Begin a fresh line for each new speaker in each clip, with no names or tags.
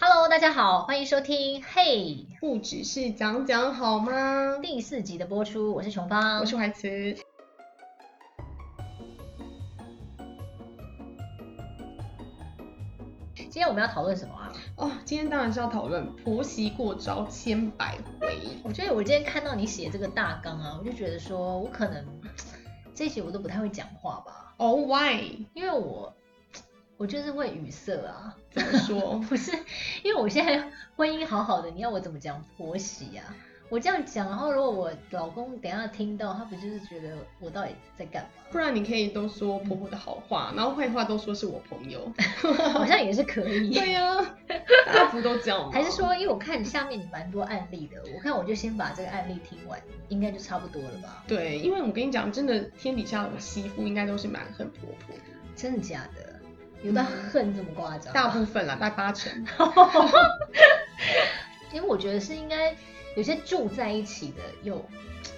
Hello，大家好，欢迎收听《嘿
不只是讲讲好吗》？
第四集的播出，我是琼芳，
我是怀慈。
今天我们要讨论什么啊？
哦，今天当然是要讨论婆媳过招千百回。
我觉得我今天看到你写这个大纲啊，我就觉得说我可能这一集我都不太会讲话吧，
Oh why？
因为我我就是会语塞啊， ？
怎么说
不是因为我现在婚姻好好的，你要我怎么讲婆媳啊？我这样讲，然后如果我老公等一下听到，他不就是觉得我到底在干 嘛？
不然你可以都说婆婆的好话，然后坏话都说是我朋 友。
好像也是可以。
对呀、大家不都这样吗？
还是说，因为我看下面你蛮多案例的，我看我就先把这个案例听完，应该就差不多了吧？
对？因为我跟你讲，真的天底下的媳妇应该都是蛮恨婆婆的，
真的假的？有到恨这么夸张？
嗯大部分啦，大概 八成。
因为我觉得是应该有些住在一起的有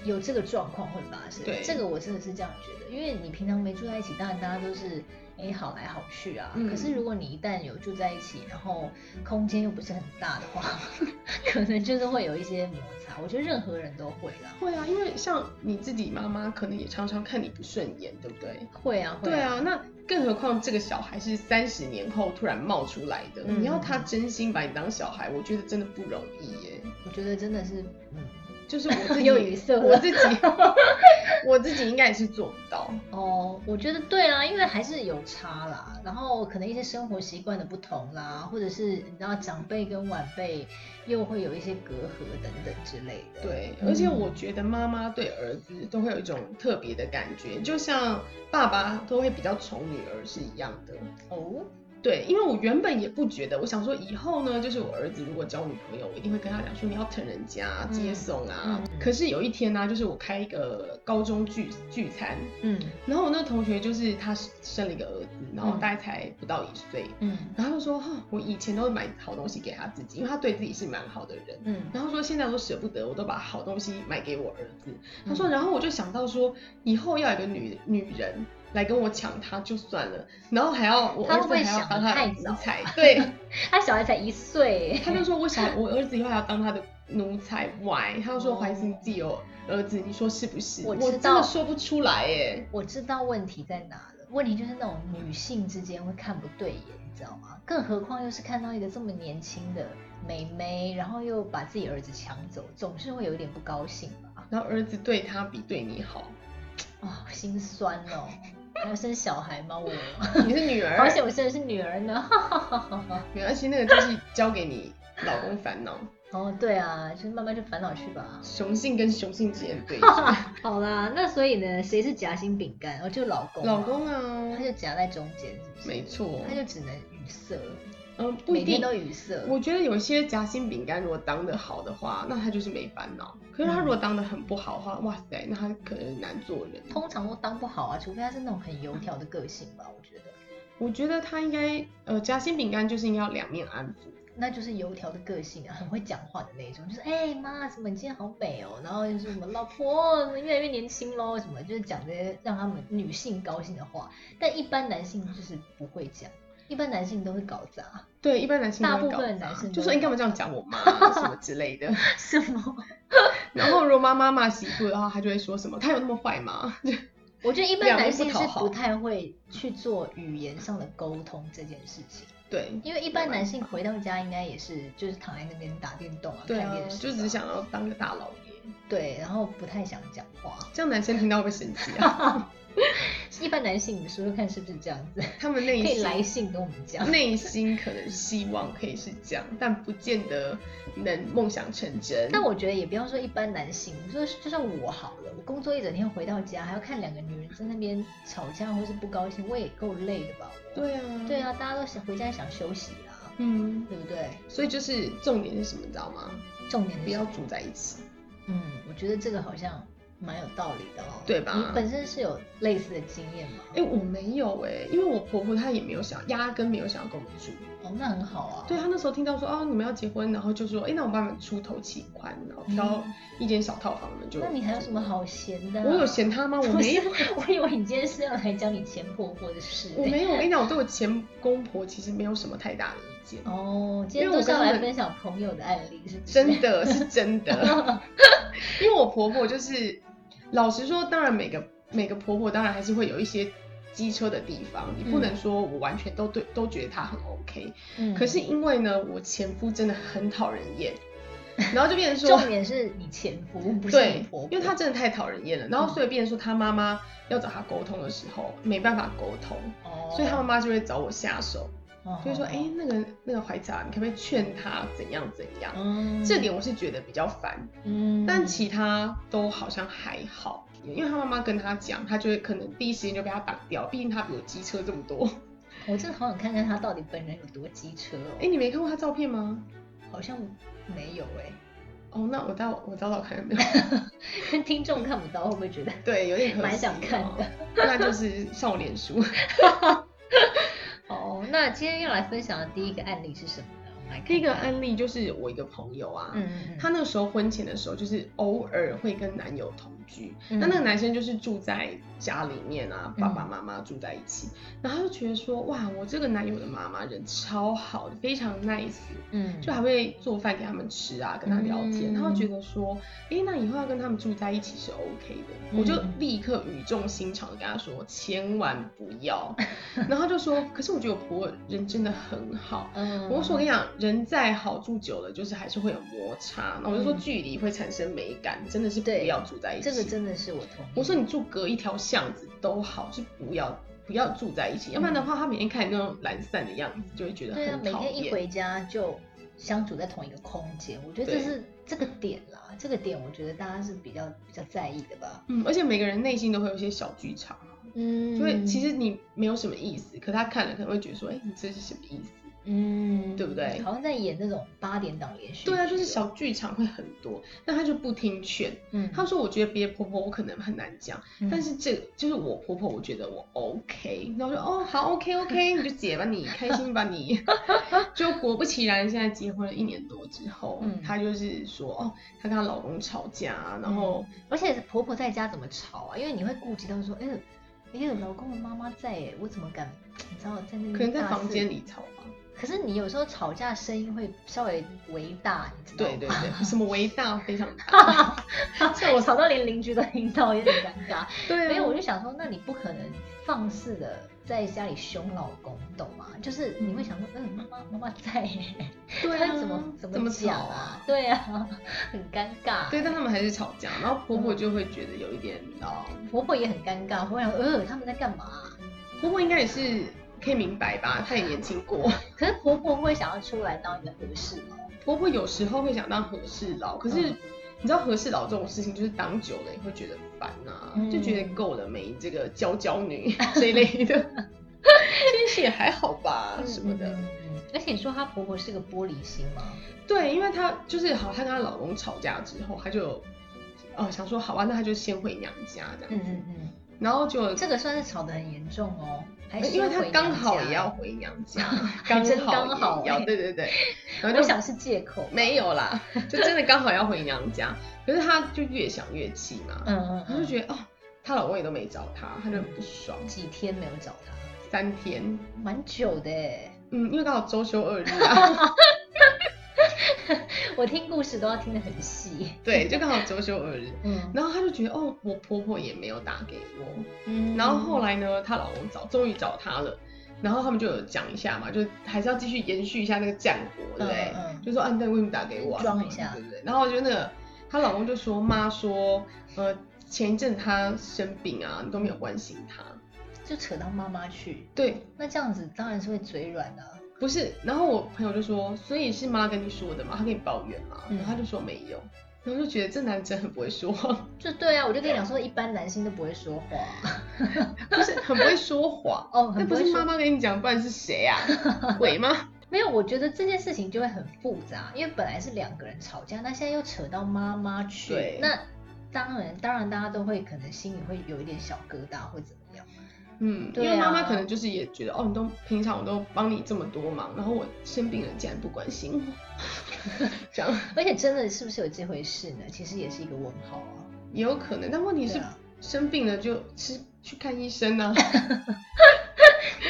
有这个状况会发生。
对
这个我真的是这样觉得，因为你平常没住在一起，当然大家都是哎好来好去啊。
嗯
可是如果你一旦有住在一起，然后空间又不是很大的话， 可能就是会有一些摩擦。我觉得任何人都会啦。
会啊，因为像你自己妈妈，可能也常常看你不顺眼，对不对？
会啊，会
对啊，那更何况这个小孩是三十年后突然冒出来的，
嗯
你要他真心把你当小孩，我觉得真的不容易 耶。
我觉得真的是，嗯，
就是我自己，
又语塞了
我自己， 我自己应该也是做不到。
哦，我觉得对啦，因为还是有差啦，然后可能一些生活习惯的不同啦，或者是你知道长辈跟晚辈又会有一些隔阂等等之类的。，
对，
嗯
而且我觉得妈妈对儿子都会有一种特别的感觉，就像爸爸都会比较宠女儿是一样的。
哦，
对，因为我原本也不觉得，我想说以后呢，就是我儿子如果交女朋友，我一定会跟他讲说你要疼人家、
嗯
接送啊。
嗯
可是有一天呢、就是我开一个高中聚聚餐，
嗯
然后我那同学就是他生了一个儿子，然后
嗯
大概才不到一岁，
嗯
然后他就说哈、我以前都买好东西给他自己，因为他对自己是蛮好的人。
嗯，
然后说现在我都舍不得，我都把好东西买给我儿子。他
嗯
说，然后我就想到说，以后要有一个女女人来跟我抢他就算了，然后还要我
他
儿
会不
子
会
还要
想
当
得
他
太
的奴
早
才，对，
他小孩才一岁，
他就说我想我儿子以后还要当他的奴才，why？他就说
哦
怀斯你自己有儿子，你说是不是？
我
我
知
真
道
的说不出来 耶。
我知道问题在哪了，问题就是那种女性之间会看不对眼，你知道吗？更何况又是看到一个这么年轻的妹妹，然后又把自己儿子抢走，总是会有一点不高兴吧。
然后儿子对他比对你好，
啊、心酸哦。还要生小孩吗？我
你是女
好
儿，
险，我生的是女儿呢。
没关系，那个就是交给你老公烦恼，
哦，对啊，就是慢慢去烦恼去吧。
雄性跟雄性之间的 对决，
好啦，那所以呢，谁是夹心饼干？哦，就老公。
老公
啊，
啊
他，就夹在中间，是不是？
没错
他，就只能语塞，
嗯，不一
每天
定
都。语塞。
我觉得有些夹心饼干如果当的好的话，那他就是没烦恼；可是他
嗯
如果当的很不好的话，哇塞，那他可能很难做人。
通常都当不好啊，除非他是那种很油条的个性吧，我觉得。
我觉得他应该，呃，夹心饼干就是应该要两面安抚。
那就是油条的个性啊，很会讲话的那一种，就是哎、妈，什么你今天好美哦，然后就是什么老婆你越来越年轻喽，什么就是讲这些让他们女性高兴的话，但一般男性就是不会讲，一般男性都会搞砸
对，一般男性都会
大部
搞
分
砸
男性都
就
会
说你干嘛这样讲我 妈什么之类的。
什么。
然后如果妈妈骂媳妇的话，他就会说什么他有那么坏吗？ 就
我觉得一般男性
两边不
是
讨好
不太会去做语言上的沟通这件事情，
对
因为一般男性回到家应该也是就是躺在那边打电动啊，
对
看
啊
电，视、
就只是想要当个大老爷。
对，然后不太想讲话。
这样男生听到会不会生气 啊？
一般男性，你们说说看是不是这样子？
他们
可
内
以
心
来信跟我们讲。
内心可能希望可以是这样，但不见得能梦想成真。
但我觉得也不要说一般男性，你说就算我好了，我工作一整天回到家还要看两个女人在那边吵架或是不高兴，我也够累的吧？我
对啊，
对，啊，大家都想回家想休息啊，
嗯，
对不对？
所以就是重点是什么，你知道吗？
重点是
不要住在一起。
嗯，我觉得这个好像蛮有道理的哦，
对吧
你本身是有类似的经验吗？
哎、我没有哎、因为我婆婆她也没有想，压根没有想要跟我们住。
哦，那很好啊。
对她那时候听到说哦你们要结婚，然后就说哎、那我帮你们出头期款，然后挑
嗯
一间小套房，我们就。
那你还有什么？好闲的啊、
我有嫌她吗？我 没有
不，是，我以为你今天是要来讲你前婆婆的事、
我没有。我跟你讲，我对我前公婆其实没有什么太大的意见。
哦，今天
因为
都
我
是要
跟他
来
们
分享朋友的案例，是不是？
真的是真的，因为我婆婆就是，老实说，当然每个每个婆婆当然还是会有一些机车的地方，你不能说我完全都对都觉得她很 OK，、
嗯
可是因为呢，我前夫真的很讨人 厌，然后就变成说
重点是你前夫，不是你
对
婆婆，，嗯
因为她真的太讨人厌了，然后所以变成说她妈妈要找她沟通的时候没办法沟通，
哦，
所以她妈妈就会找我下手，
哦
就会说，哎、那个那个怀จ๋，你可不可以劝她怎样怎样？
嗯
这，点我是觉得比较烦，
嗯
但其他都好像还好，因为他妈妈跟他讲，他就会可能第一时间就被他挡掉，毕竟他比我机车这么多。
我真的好想看看他到底本人有多机车哦，
哎、你没看过他照片吗？
好像没有哎、
哦，那我到我找找看 有没有。
跟 听众看不到会不会觉得？
对，有点可惜、哦
蛮想看的。
那就是上我 脸书。
哦，那今天要来分享的第一个案例是什么呢？我们来看看
第一个，案例就是我一个朋友啊，
嗯嗯，嗯
她那时候婚前的时候，就是偶尔会跟男友同居。
嗯
那那个男生就是住在家里面啊，
嗯
爸爸妈妈住在一起，然后她就觉得说，哇，我这个男友的妈妈人超好的，非常 nice，
嗯
就还会做饭给他们吃啊，跟他聊天。
嗯
然后觉得说，诶，那以后要跟他们住在一起是 OK 的。
嗯
我就立刻语重心长的跟他说，千万不要。然后她就说，可是我觉得我婆婆人真的很好。
嗯
我说我跟你讲，人再好住久了，就是还是会有摩擦。那我就说
嗯
距离会产生美感，真的是不
对
要住在一起。
这个真的是我同意，
我说你住隔一条巷子都好，是不要不要住在一起，要不然的话，他每天看你那种懒散的样子，就会觉得
对啊，
很
每
讨
天一
厌。
回家就相处在同一个空间，我觉得这
对
是这个点啦，这个点我觉得大家是比较比较在意的吧。
嗯，而且每个人内心都会有一些小剧场，
嗯，
所以其实你没有什么意思，可他看了可能会觉得说，哎、你这是什么意思？
嗯，
对不对
好像在演那种八点档连续剧哦，
对啊，就是小剧场会很多，但他就不听劝。
嗯，
他说，我觉得别的婆婆我可能很难讲。
嗯，
但是这就是我婆婆，我觉得我 OK，然后我就哦好 OK OK，你就姐吧你，开心吧你。就果不其然，现在结婚了一年多之后，
嗯
她就是说哦，她跟她老公吵架啊，然后、
而且婆婆在家怎么吵啊？因为你会顾及到说，哎呦，哎呦，老公我妈妈在耶，我怎么敢？你知道在那边
可能在
嗯大
房
肆
间里吵吧。
可是你有时候吵架声音会稍微微大，你知道
对
吗？
对 对，什么为大非常大。
对，我吵到连邻居都听到，有点尴 尬。
对啊，
没有，我就想说，那你不可能放肆的在家里凶老公，你懂吗？就是你会想说，嗯，妈妈妈妈在耶，
对
他
啊，
怎么怎
么
么讲
吵啊？？
对啊，很尴尬。
对，但他们还是吵架，然后婆
嗯
婆就会觉得有一点哦，
婆婆也很尴尬，婆婆想说，呃，他们在干嘛啊、
婆婆应该也是可以明白吧，她也年轻过。
可是婆婆会想要出来当一个和事佬，
婆婆有时候会想当和事佬，可是
嗯
你知道和事佬这种事情，就是当久了也会觉得烦啊，
嗯
就觉得够了没这个娇娇 女这一类的， 这件事也还好吧啊什么的。
嗯。嗯嗯而且你说她婆婆是个玻璃心吗？
对，因为她就是好，她跟她老公吵架之后，她就哦想说好吧，那她就先回娘家这样
嗯
子，
嗯
然后就
嗯，这个算是吵得很严重哦，还是
因为她
回
刚
娘
好
家
也要，回娘家，
还真
好
刚好
也要，
欸
对对 对，然后
我
就
想是借口。
没有啦，就真的刚好要回娘家，可是她就越想越气嘛，
嗯嗯，
她就觉得哦，她老公也都没找她，她就很不爽。
得几天没有找她，
三天，
蛮久的欸耶。
嗯，因为刚好周休二日啊，
我听故事都要听得很细。
对，就刚好周休二日。
嗯
然后她就觉得哦，我婆婆也没有打给我。
嗯
然后后来呢，她老公找，终于找她了。然后他们就有讲一下嘛，就还是要继续延续一下那个战果，对不对？
嗯嗯
就说啊，你为什么打给我、啊？
装一下
对不对？然后就那个她老公就说，妈说，呃，前一阵她生病啊，你都没有关心她。
嗯就扯到妈妈去，
对，
那这样子当然是会嘴软的、啊。
不是，然后我朋友就说，所以是妈跟你说的嘛，她跟你抱怨嘛，
嗯
然后她就说没有，然后就觉得这男人真的很不会说谎，
就对啊，我就跟你讲说，一般男性都不会说话。，
不是很不会说谎
哦，
那
很
不
会
是
说
妈妈跟你讲，不然是 谁啊？鬼吗？
没有，我觉得这件事情就会很复杂，因为本来是两个人吵架，那现在又扯到妈妈去
对，
那当然，当然大家都会可能心里会有一点小疙瘩或怎么样。
嗯，因
对啊
为妈妈可能就是也觉得，哦，你都平常我都帮你这么多忙，然后我生病了你竟然不关心我，
嗯
这样
而且真的是不是有这回事呢？其实也是一个问号啊。
也有可能，但问题
对
是
啊，
生病了就吃去看医生啊，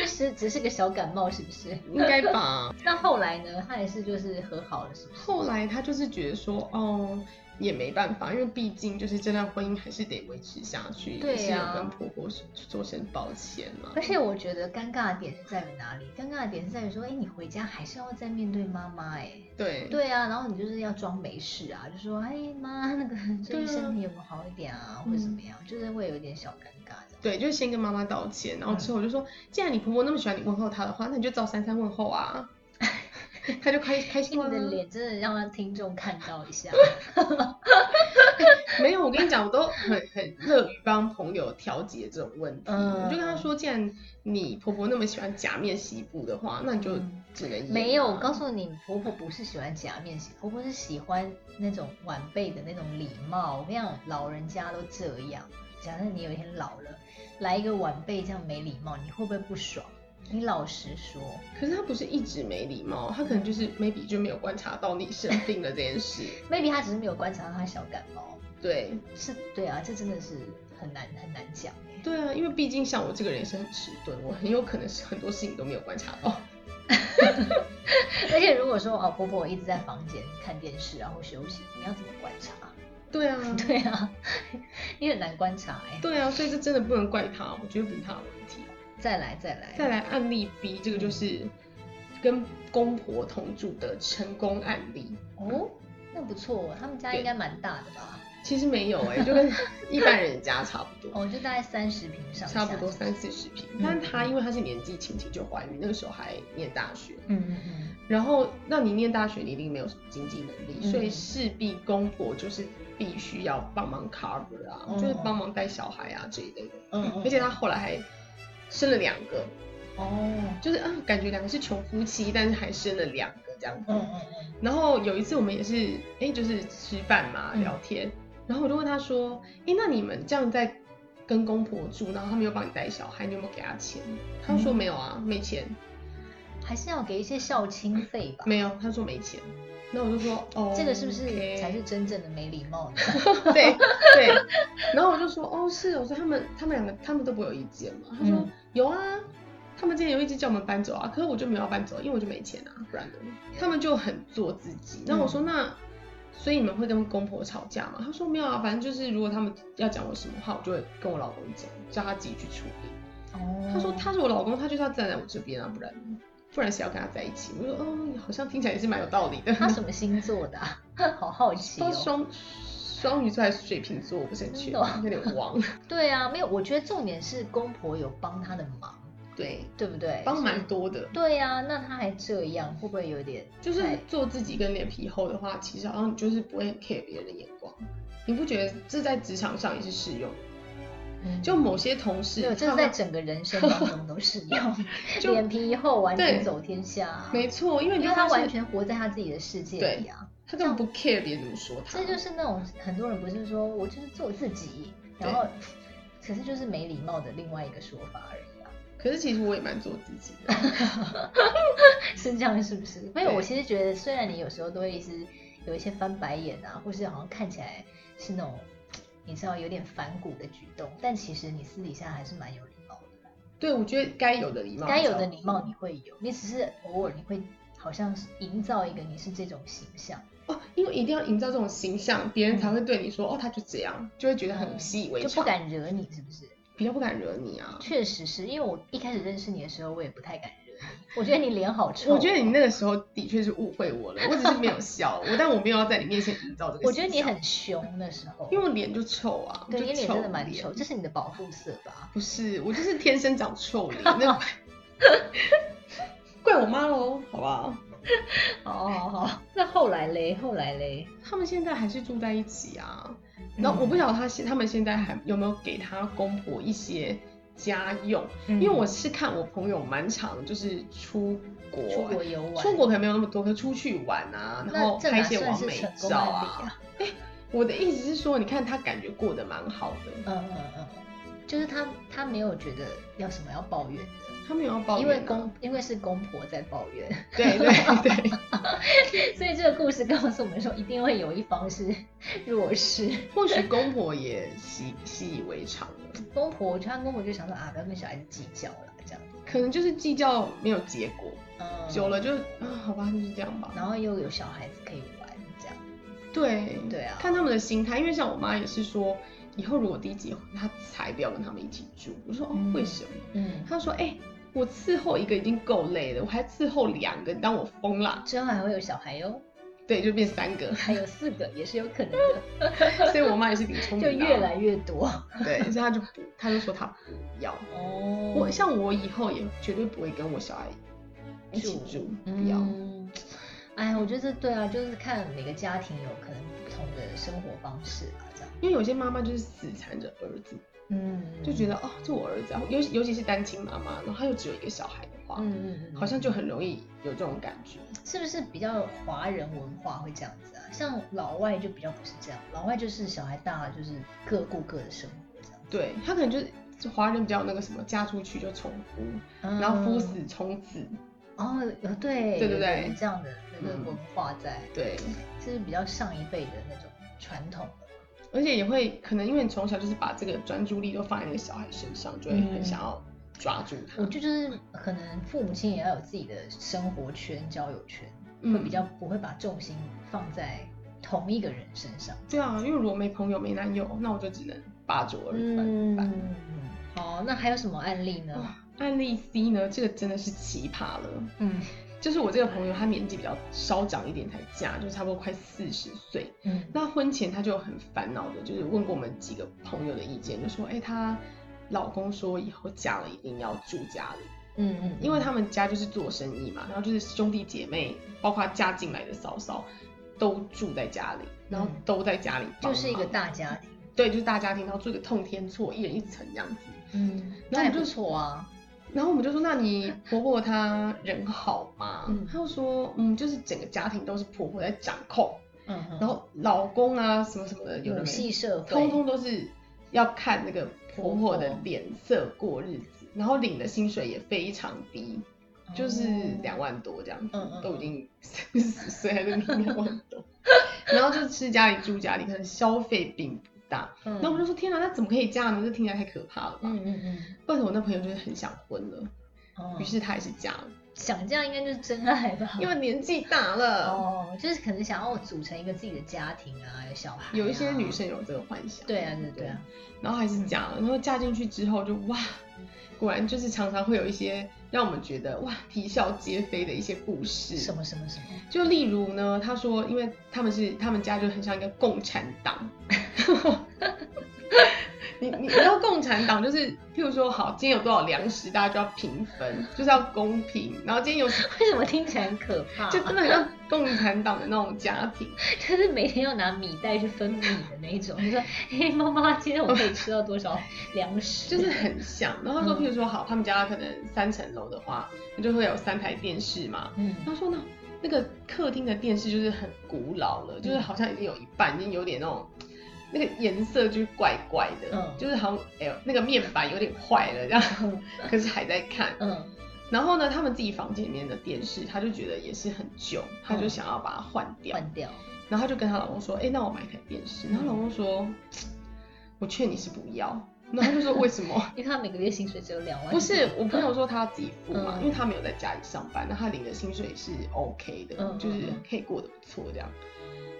是只是个小感冒，是不是？
应该吧。
那后来呢？他也是就是和好了，是不是？
后来他就是觉得说，哦，也没办法，因为毕竟就是这段婚姻还是得维持下去，
对
也是有
啊
跟婆婆说声抱歉嘛
而。且我觉得尴尬的点是在于哪里？尴尬的点是在于说，哎、你回家还是要再面对妈妈、哎，
对
对啊，然后你就是要装没事啊，就说，哎、妈， 那个最
对
近
啊
身体有没有好一点啊，或者怎么样，就是会有点小尴尬这样。
对，就先跟妈妈道歉，然后之后我就说，既然你婆婆那么喜欢你问候她的话，那你就找珊珊问候啊。 她就开开
哎
心了、
你的脸真的让让听众看到一下，
没有，我跟你讲，我都很很乐于帮朋友调节这种问题。
嗯
我就跟她说，既然你婆婆那么喜欢假面西部的话，那你就
嗯
只能、啊
没有，我告。诉你，婆婆不是喜欢假面型，婆婆是喜欢那种晚辈的那种礼貌。我跟你讲，老人家都这样。假设你有一天老了，来一个晚辈这样没礼貌，你会不会不爽？你老实说，
可是她不是一直没礼貌，她可能就是
嗯
maybe 就没有观察到你生病了这件事。
maybe 他只是没有观察到他小感冒，
对，
是对啊，这真的是很难很难讲欸。
对啊，因为毕竟像我这个人是很迟钝，我很有可能是很多事情都没有观察到。
而且如果说哦，婆婆一直在房间看电视然后休息，你要怎么观察？
对啊，
对啊， 你很难观察哎、
对啊，所以这真的不能怪他，我觉得不是他的问题。
再来再来
再来案例 B，这个就是跟公婆同住的成功案例。
哦，那不错，他们家应该蛮大的吧？
其实没有哎、 就跟一般人家差不多，
哦，就大概三十平上下，
差不多三四十平。
嗯
但她因为她是年纪轻轻就怀孕，那个时候还念大学，
嗯嗯嗯，
然后让你念大学，你一定没有经济能力，
嗯
所以势必公婆就是必须要帮忙 cover 啊，
嗯
就是帮忙带小孩啊这一类的。
嗯嗯
而且她后来还生了两个，
哦，
就是啊，感觉两个是穷夫妻，但是还生了两个这样子。
嗯嗯嗯，
然后有一次我们也是，哎、就是吃饭嘛，
嗯
聊天，然后我就问他说，哎、那你们这样在跟公婆住，然后他们又帮你带小孩，你有没有给他钱？他说
嗯
没有啊，没钱，
还是要给一些孝亲费吧。
没有，他说没钱。那我就说，哦，
这个是不是
OK
才是真正的没礼貌呢？
对 对。然后我就说，哦，是，我说他们他们两个他们都不会有意见嘛。他说、
嗯
有啊，他们之前有一直叫我们搬走啊，可是我就没有要搬走，因为我就没钱啊，不然呢？
嗯
他们就很做自己。那我说那。所以你们会跟公婆吵架吗？他说没有啊，反正就是如果他们要讲我什么话，我就会跟我老公讲，叫他自己去处理。
哦，
他说他是我老公，他就是要站在我这边啊，不然不然谁要跟他在一起？我说嗯，好像听起来也是蛮有道理 的。
他什么星座的啊？ 好好奇
他
哦。
双双鱼座还是水瓶座，我不是很确
真的哦
定，有点忘。
对啊，没有，我觉得重点是公婆有帮他的忙，
对，
对不对？
帮
所
蛮
以。
多的，
对啊，那他还这样，会不会有点
就是
太
做自己跟脸皮厚的话，其实好像你就是不会很 care 别人的眼光。你不觉得这在职场上也是适用的？
嗯
就某些同事
没有，，这
他
在
们
整个人生当中都是一样，
就
脸皮厚，完全
对
走天下啊。
没错，因为你
因
就
为他
发
完
现
全活在他自己的世界里啊。
他根本不 care 别人怎么说他。
这就是那种很多人不是说我就是做自己，然后可是就是没礼貌的另外一个说法而已啊，
可是其实我也蛮做自己的，
是这样是不是？没有，
对
我其实觉得虽然你有时候都会一直有一些翻白眼啊，或是好像看起来是那种你知道有点反骨的举动，但其实你私底下还是蛮有礼貌的，
对我觉得该有的礼貌，
该有的礼貌你会有，你只是偶尔你会好像是营造一个你是这种形象，
哦，因为一定要营造这种形象，别人才会对你说、哦，他就这样，就会觉得很习以为
就
常，
不敢惹你是不是？
比较不敢惹你啊。
确实是因为我一开始认识你的时候，我也不太敢惹你，我觉得你脸好哦臭。
我觉得你那个时候的确是误会我了，我只是没 有笑，我但我没有要在你面前营造这个。
我觉得你，很凶的时候，
因为我脸就臭啊，
对
我
你
就
脸
臭
真的蛮
脸
丑，这是你的保护色吧？
不是，我就是天生长臭脸，那 怪我妈喽，好不好？哦
好好好，那后来嘞，后来嘞，
他们现在还是住在一起啊，然
嗯
后我不晓得他现他们现在还有没有给他公婆一些家用，
嗯
因为我是看我朋友蛮常就是出国，
出国游玩，
出国可能没有那么多，可出去玩啊，然
那
后
这
拍一
哪
些
算
完
是
美
成功
照
案
啊
例。啊？
我的意思是说，你看他感觉过得蛮好的，
嗯嗯嗯，就是他他没有觉得要什么要抱怨的。
他没有要抱
因为
怨、啊，
公因为是公婆在抱怨，
对对对，
所以这个故事告诉我们说，一定会有一方是 弱势。
或许公婆也习习以为常了。
公婆，我觉得他公婆就想说啊，不要跟小孩子计较了，这样。
可能就是计较没有结果，
嗯，
久了就啊，好吧，就是这样吧。
然后又有小孩子可以玩，这样，
对
对啊
看他们的心态，因为像我妈也是说，以后如果第一结婚，她才不要跟他们一起住。我说哦，
嗯
为什么？
嗯，
她说哎、我伺候一个已经够累了，我还伺候两个，你当我疯了？
之后还会有小孩哟，，
对，就变三 个
还有四个也是有可能 的，
所以我妈也是挺聪
就
明的啊，
越来越多。
对，所以她就不，她就说她不要。
哦，
我像我以后也绝对不会跟我小孩一起住，不要。
嗯，哎，我觉得这对啊，就是看每个家庭有可能不同的生活方式啊，这样，
因为有些妈妈就是死缠着儿子，
嗯，
就觉得，哦，这我儿子啊，尤其尤其是单亲妈妈，然后她又只有一个小孩的话，
嗯嗯嗯，嗯
好像就很容易有这种感觉。
是不是比较华人文化会这样子啊？像老外就比较不是这样，老外就是小孩大了就是各顾各的生活这样，
对他可能就是就华人比较有那个什么，嫁出去就从夫，
嗯
然后夫死从子，
哦，有对
对对对
有这样的那个
嗯
文化在，
对，
就是比较上一辈的那种传统的，
而且也会可能因为你从小就是把这个专注力都放在那个小孩身上，就会很
嗯
想要抓住他
我，觉得就是可能父母亲也要有自己的生活圈、交友圈。会
嗯
比较不会把重心放在同一个人身上。
对啊，因为如果没朋友没男友，那我就只能扒着我儿子办办。
嗯，好，那还有什么案例呢？
哇案例 C 呢，这个真的是奇葩了。
嗯
就是我这个朋友，她年纪比较稍长一点才嫁，就差不多快四十岁。
嗯
那婚前她就很烦恼的，就是问过我们几个朋友的意见，就说，哎、她老公说以后嫁了一定要住家里，
嗯嗯，
因为他们家就是做生意嘛，然后就是兄弟姐妹，包括嫁进来的嫂嫂，都住在家里，然后
嗯
都在家里帮忙，
就是一个大家庭，
对，就是大家庭，然后住一个通天厝，一人一层这样子。
嗯，
然
那
后
也
我就
不错啊，
然后我们就说，那你婆婆她人好吗？
嗯
她就说，嗯，就是整个家庭都是婆婆在掌控，
嗯嗯，
然后老公啊什么什么的，有的
母
没
系
的，
社会，
通通都是要看那个婆婆的
婆婆
脸色过日子，然后领的薪水也非常低，就是
哦
两万多这样子，
嗯嗯
都已经三十岁还是领两万多， 然后就吃家里住家里，可能消费并不大。
嗯
然后我就说，天哪，那怎么可以这样呢？这听起来太可怕了吧？
嗯嗯嗯
但是我那朋友就是很想婚了。
哦，
于是他也是这样，
想这样应该就是真爱吧，
因为年纪大了，
哦，就是可能想要组成一个自己的家庭啊，有小孩啊，
有一些女生嗯有这个幻想。
对啊对对啊，
然后还是嫁了，然后嫁进去之后就哇，果然就是常常会有一些让我们觉得哇啼笑皆非的一些故事。
什？么什么什么，
就例如呢，他说，因为他们是他们家就很像一个共产党。 你你你知道共产党就是，譬如说，好，今天有多少粮食，大家就要平分，就是要公平。然后今天有什么，
为什么听起来很可怕？啊
就真的很像共产党的那种家庭。
就是每天要拿米袋去分米的那一种。 你说，嘿，妈妈，今天我可以吃到多少粮食？
就是很像。然后他说，
嗯
譬如说，好，他们家可能三层楼的话，那就会有三台电视嘛。
嗯
他说呢，那个客厅的电视就是很古老了，
嗯
就是好像已经有一半，已经有点那种。那个颜色就是怪怪的，
嗯
就是好像哎呦那个面板有点坏了这样， 可是还在看。
嗯
然后呢，他们自己房间里面的电视，他就觉得也是很旧，他就想要把它换
嗯
掉。
换掉，
然后她就跟她老公说：“哎、那我买一台电视。”然后老公说：“我劝你是不要。”然后她就说：“为什么？”
因为他每个月薪水只有两万。
不是，我朋友说他要自己付嘛，
嗯
因为他没有在家里上班，那他领的薪水是 OK 的，
嗯嗯
就是
嗯
可以过得不错这样。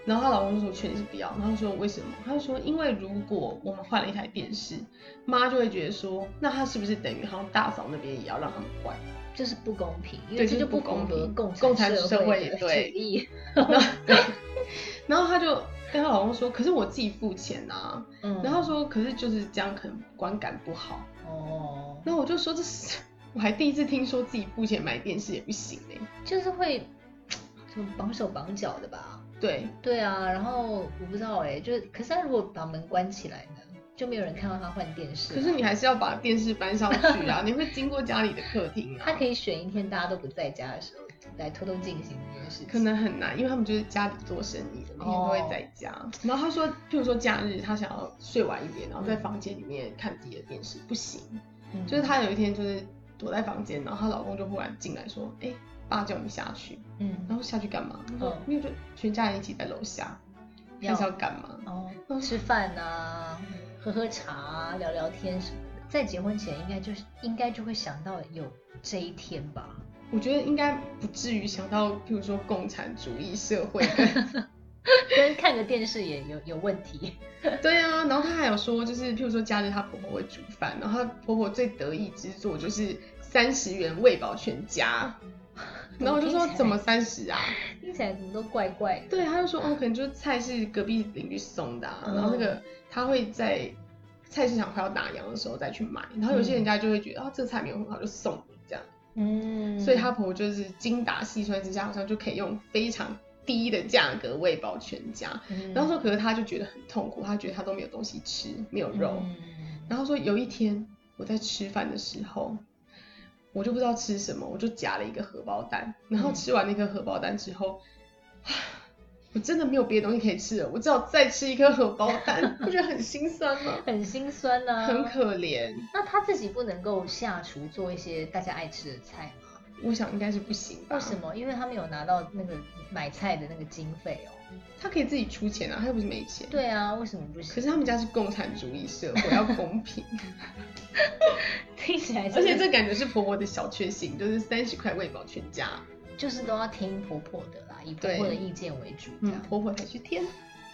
然后她老公就说劝你是不要，然后她说为什么？她就说因为如果我们换了一台电视，妈就会觉得说，那她是不是等于好像大嫂那边也要让他们 换？
就是不公平，因为
对
这
就是
就
不
符合
公平
共
共产
社
社
会
会
的
对
主义。
然后她就跟她老公说，可是我自己付钱啊。
嗯
然后她说，可是就是这样，可能观感不好。
哦，
然后我就说这是， 我还第一次听说自己付钱买电视也不行哎、
就是会什么绑手绑脚的吧？
对，
对啊，然后我不知道哎、就是可是他如果把门关起来呢，就没有人看到他换电视啊。
可是你还是要把电视搬上去 啊，你会经过家里的客厅啊。
他可以选一天大家都不在家的时候来偷偷进行这件事情。
可能很难，因为他们就是家里做生意的，每天都会在家。哦然后他说，譬如说假日，他想要睡晚一点，然后在房间里面看自己的电视，不行。
嗯
就是她有一天就是躲在房间，然后她老公就忽然进来说：“哎、爸叫你下去。”然
嗯
后下去干嘛？她说
嗯：“
因为就全家人一起在楼下，
要
看是要干嘛嗯
哦，吃饭啊，喝喝茶啊、聊聊天什么的。？”在结婚前应该就是应该就会想到有这一天吧？
我觉得应该不至于想到，比如说共产主义社 会跟
跟看个电视也有有问题。
对啊，然后她还有说，就是譬如说假日她婆婆会煮饭，然后她婆婆最得意之作就是三十元喂饱全家。然后我就说
听起来
怎么三十啊？
听起来怎么都怪怪的。
对，她就说哦，可能就是菜是隔壁邻居送的、啊，
嗯
然后那个她会在菜市场快要打烊的时候再去买，然后有些人家就会觉得啊、这个菜没有很好就送你这样，
嗯，
所以她婆婆就是精打细算之下，好像就可以用非常低的价格喂饱全家。
嗯，
然后说，可是她就觉得很痛苦，她觉得她都没有东西吃，没有肉。
嗯
然后说有一天我在吃饭的时候，我就不知道吃什么，我就夹了一个荷包蛋。然后
嗯
吃完那颗荷包蛋之后，唉 我真的没有别的东西可以吃了，我只好再吃一颗荷包 蛋，不觉得很心酸吗？
很心酸啊呐、
很可怜，
那她自己不能够下厨做一些大家爱吃的菜吗？
我想应该是不行吧
为？什么？因为她没有拿到那个买菜的那个经费哦。
他可以自己出钱啊，他又不是没钱。
对啊，为什么不行？
可是他们家是共产主义社会，要公 平。
听起来
而
真的，
且这感觉是婆婆的小确幸，就是三十块喂饱全家。
就是都要听婆婆的啦，以婆
对
婆的意见为主这
嗯
样，。
婆婆才去添。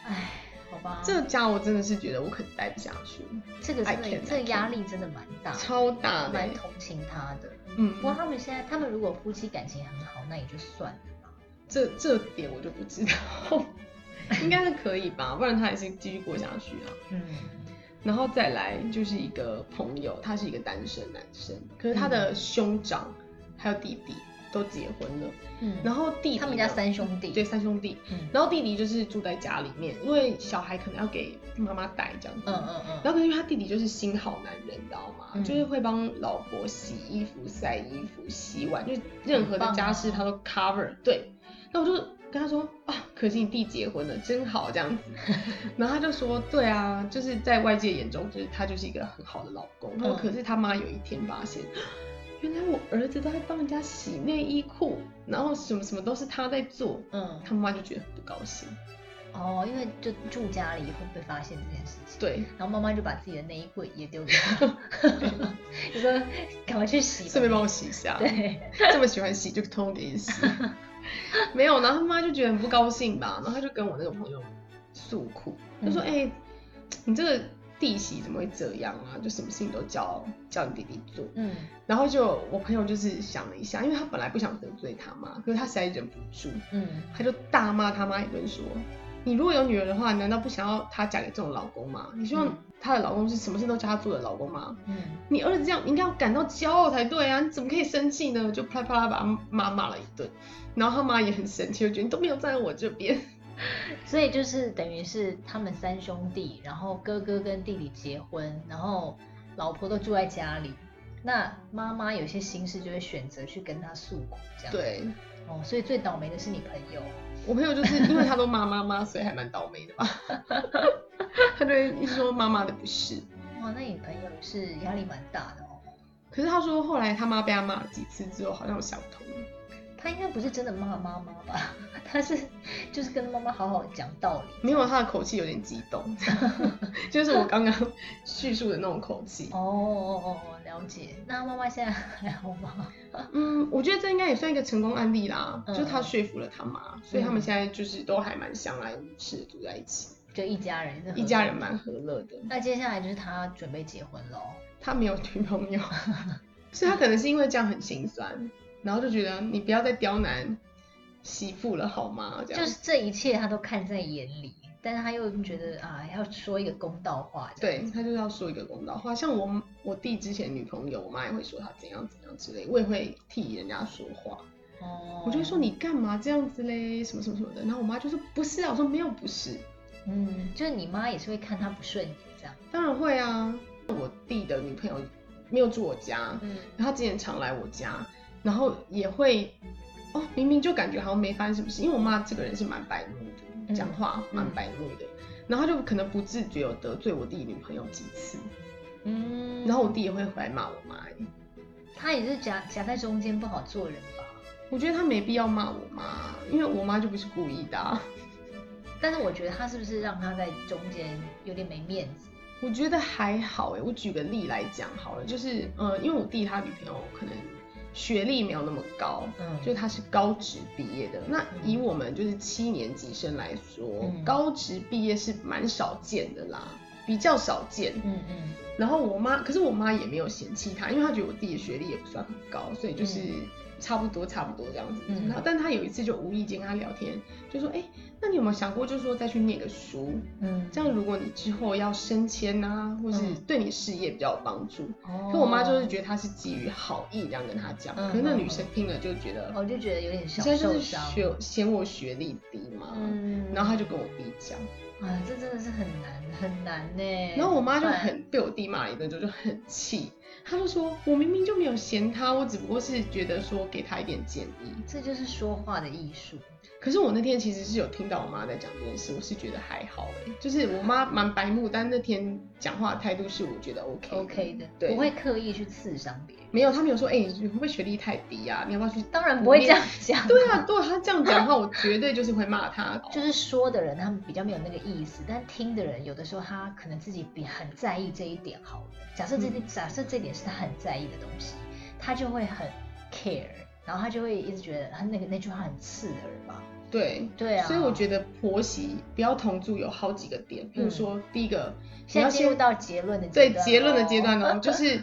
唉，好吧，
这家我真的是觉得我可能待不下去，
这个
I
真的
can, I
这个压力真的蛮大的，
超大的欸
蛮。同情她的。
嗯
不，过他们现在，他们如果夫妻感情很好，那也就算了嘛。
这这点我就不知道， 应该是可以吧，不然他也是继续过下去啊。
嗯
然后再来就是一个朋友，他是一个单身男生，可是他的
嗯
兄长还有弟弟都结婚了，
嗯
然后弟弟呢
他们家三兄弟，
对三兄弟，
嗯
然后弟弟就是住在家里面，因为小孩可能要给妈妈带这样子。
嗯嗯嗯，
然后可是因为他弟弟就是心好男人，你知道吗？
嗯
就是会帮老婆洗衣服、晒衣服、洗碗，就是任何的家
很
事他都 cover。对，那我就跟他说啊，可惜你弟结婚了，真好这样 子。然后他就说，对啊，就是在外界眼中，就是他就是一个很好的老公。他说，
嗯
可是他妈有一天发现。原来我儿子都在帮人家洗内衣裤，然后什么什么都是他在做，
嗯
他妈就觉得很不高兴。
哦，因为就住家里会被发现这件事情，
对，
然后妈妈就把自己的内衣柜也丢给他， 就说赶快去洗吧，
顺便帮我洗一下。
对，
这么喜欢洗就偷偷给你洗。没有，然后他妈就觉得很不高兴吧，然后他就跟我那个朋友诉苦，他
嗯
说：“哎、你这个弟媳怎么会这样啊？就什么事情都叫叫你弟弟做。
嗯”
然后就我朋友就是想了一下，因为他本来不想得罪他妈，可是他实在忍不住，
嗯
他就大骂他妈一顿说。你如果有女儿的话，难道不想要她嫁给这种老公吗？你希望
嗯
她的老公是什么事都叫她做的老公吗？
嗯
你儿子这样，你应该要感到骄傲才对啊！你怎么可以生气呢？就啪啦啪啦把他妈骂了一顿，然后他妈也很生气，就觉得你都没有站在我这边。
所以就是等于是他们三兄弟，然后哥哥跟弟弟结婚，然后老婆都住在家里，那妈妈有些心事就会选择去跟他诉苦，这样。
对
哦，所以最倒霉的是你朋友。
我朋友就是因为他都骂妈妈，所以还蛮倒霉的吧。他就会一直说妈妈的不是，
哇，那你朋友是压力蛮大的哦。
可是他说后来他妈被他骂了几次之后，好像有想通了。
他应该不是真的骂妈妈吧？ 他是就是跟妈妈好好讲道理。
没有，他的口气有点激动，就是我刚刚叙述的那种口气。
哦哦哦哦，了解。那妈妈现在还好吗？
嗯，我觉得这应该也算一个成功案例啦，
嗯
就是他说服了他妈，所以他们现在就是都还蛮相安无事的住在一起，
就一家人，是合
一家人蛮和乐的。
那接下来就是他准备结婚喽。
他没有女朋友， 所以他可能是因为这样很心酸，然后就觉得你不要再刁难媳妇了好吗？这样
就是这一切他都看在眼里，但是他又觉得啊，要说一个公道话。这样
对，他就是要说一个公道话。像我我弟之前女朋友，我妈也会说他怎样怎样之类，我也会替人家说话。
哦，
我就会说，你干嘛这样子嘞，什么什么什么的。然后我妈就说不是啊，我说没有不是。
嗯，就是你妈也是会看他不顺眼这样。
当然会啊，我弟的女朋友没有住我家，
嗯
然后她之前常来我家，然后也会哦，明明就感觉好像没发生什么事，因为我妈这个人是蛮白目的，
嗯
讲话蛮
嗯
白目的，然后她就可能不自觉有得罪我弟女朋友几次，
嗯，
然后我弟也会回来骂我妈、欸
他也是夹夹在中间不好做人吧？
我觉得他没必要骂我妈，因为我妈就不是故意的、啊。
但是我觉得他是不是让他在中间有点没面子？
我觉得还好哎、我举个例来讲好了，就是呃，因为我弟他女朋友可能学历没有那么高，
嗯，
就他是高职毕业的。那以我们就是七年级生来说，
嗯
高职毕业是蛮少见的啦，比较少见。
嗯嗯
然后我妈，可是我妈也没有嫌弃他，因为她觉得我弟的学历也不算很高，所以就是
嗯
差不多差不多这样子。
嗯
然后，但她有一次就无意间跟他聊天，就说：“哎、那你有没有想过，就是说再去念个书？
嗯，
这样如果你之后要升迁啊，或是
嗯
对你事业比较有帮助。
哦
可我妈就是觉得她是基于好意这样跟她讲，
嗯
可是那
嗯
女生听了就觉得，
我哦就觉得有点
你
小
现在就
受
是
伤，
学嫌我学历低嘛，
嗯
然后她就跟我弟讲，
啊，这真的是很难很难呢。
然后我妈就
怎么办
很被我弟骂了一顿之后就很气，她就说我明明就没有嫌她，我只不过是觉得说给她一点建议。
这就是说话的艺术。
可是我那天其实是有听到我妈在讲这件事，我是觉得还好哎、就是我妈蛮白目，但那天讲话的态度是我觉得 OK 的
OK 的，
对，
不会刻意去刺伤别人，
没有，她没有说哎、你会不会学历太低啊？你要不要去？
当然不会这样讲。
对啊，如果她这样讲的话，我绝对就是会骂 她。
就是说的人他们比较没有那个意思，但听的人有的时候他可能自己比很在意这一点好了。假设这、
嗯
假设这点是他很在意的东西，他就会很 care，然后他就会一直觉得他那个那句话很刺耳吧？
对，
对啊，
所以我觉得婆媳不要同住有好几个点，比如说第一个，你
嗯现
要
在进入
先
到结论的阶
对
段
结论的阶段
咯
哦，就是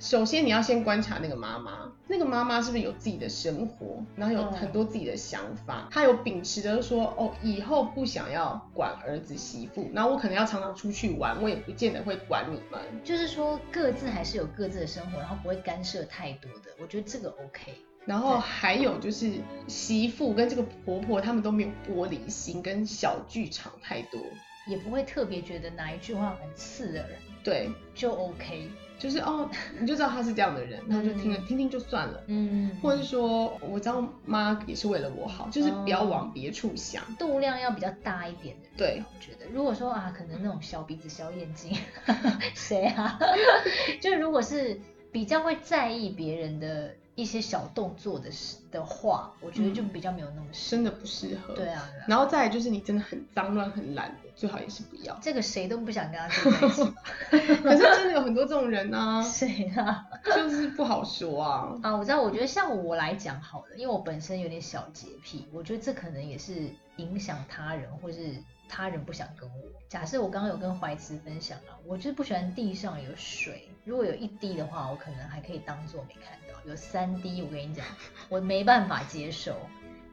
首先你要先观察那个妈妈，那个妈妈是不是有自己的生活，然后有
嗯
很多自己的想法，她有秉持着说哦，以后不想要管儿子媳妇，然后我可能要常常出去玩，我也不见得会管你们。
就是说各自还是有各自的生活，然后不会干涉太多的，我觉得这个 OK。
然后还有就是媳妇跟这个婆婆，她们都没有玻璃心跟小剧场太多。
也不会特别觉得哪一句话很刺耳，
对，
就 OK。
就是哦，你就知道她是这样的人，然后就听了
嗯
听听就算了，
嗯，
或者是说我知道妈也是为了我好，就是不要
哦
往别处想。
度量要比较大一点的人，
对，
我觉得。如果说啊，可能那种小鼻子小眼 睛，谁啊？ 就如果是比较会在意别人的一些小动作的事的话，我觉得就比较没有那么深。
嗯真的不适合。
对。啊，。
然后再来就是你真的很脏乱、很懒的，最好也是不要
这个谁都不想跟他住在一起 吧？
可是真的有很多这种人啊，
谁啊？
就是不好说啊。
啊，我知道，我觉得像我来讲好了，因为我本身有点小洁癖，我觉得这可能也是影响他人，或是他人不想跟我。假设我刚刚有跟怀慈分享啊，我就是不喜欢地上有水，如果有一滴的话，我可能还可以当做没看到；有三滴，我跟你讲，我没办法接受。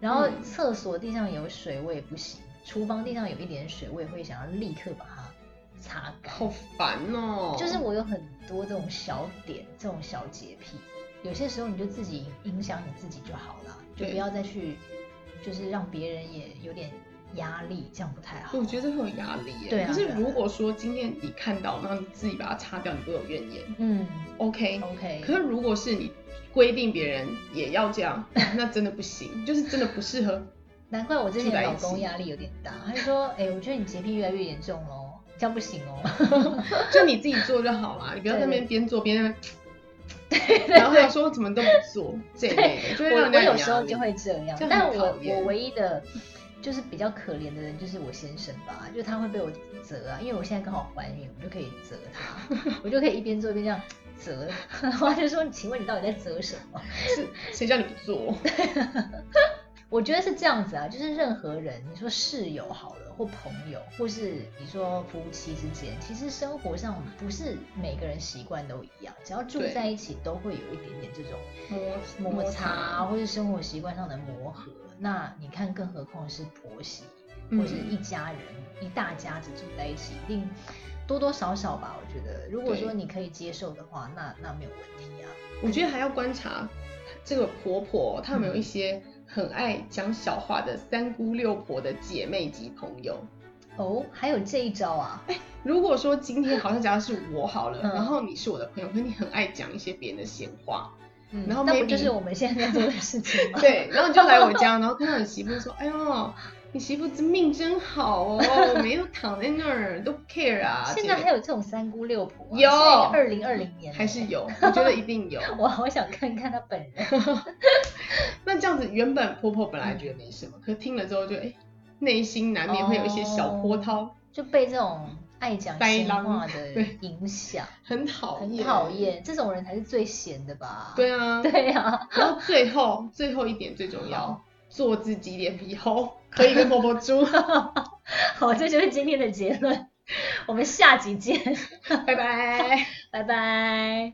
然后
嗯
厕所地上有水我也不行，厨房地上有一点水，我也会想要立刻把它擦干。
好烦哦。
就是我有很多这种小点，这种小洁癖，有些时候你就自己影响你自己就好了，就
对
不要再去，就是让别人也有点压力，这样不太好。
我觉得会有压力耶。
对啊
可是
对啊
如果说今天你看到，然后你自己把它擦掉，你不会有怨言
嗯
，OK。
，OK，
可是如果是你规定别人也要这样， 那真的不行，就是真的不适合。
难怪我之
住
前
在一
老公
起
压力有点大，他就说，哎、我觉得你洁癖越来越严重哦，这样不行哦。
就你自己做就好啦，你不要在那边边做边在那 边然后还有说怎么都不做这一类的，就会让
我我
人家
有
压
时候
力
就会这样
这，样
但
很
我
讨厌
我唯一的就是比较可怜的人就是我先生吧，就他会被我责啊，因为我现在刚好怀孕，我就可以责他，我就可以一边做一边这样责，然后他 就说，请问你到底在责什么？
是谁叫你不 做？
我觉得是这样子啊，就是任何人，你说室友好了，或朋友，或是你说夫妻之间，其实生活上不是每个人习惯都一样，只要住
对
在一起，都会有一点点这种
摩
摩擦，啊或是生活习惯上的磨合。那你看，更何况是婆媳，
嗯
或是一家人、一大家子住在一起，一定多多少少吧。我觉得，如果说
对
你可以接受的话，那那没有问题啊。
我觉得还要观察这个婆婆，她有没有一些
嗯
很爱讲小话的三姑六婆的姐妹级朋友。
哦，还有这一招啊，
嗯如果说今天好像假如是我好了，
嗯
然后你是我的朋友，可是你很爱讲一些别人的闲话，
嗯
然后
那不
maybe-
就是我们现在在做的事情吗？
对，然后你就来我家，然后看到你媳妇说，哎呦。你媳妇这命真 好哦，我没有躺在那儿都不 care 啊。
现在
这
还有这种三姑六婆、啊，
有
二零二零年
还是。有，我觉得一定有。
我好想看看她本人，
那这样子，原本婆婆本来觉得
哦
没什么，可是听了之后就哎，内、心难免会有一些小波涛。
就被这种爱讲
呆
闲
狼
话的
对
影响，
很讨
很
厌，
讨。厌。这种人才是最闲的吧？
对 啊，
对呀，
然后最后最后一点最重要，做自己脸皮厚，可以跟婆 婆 猪，
好，这就是今天的结论。我们下集见，
拜拜。
拜拜。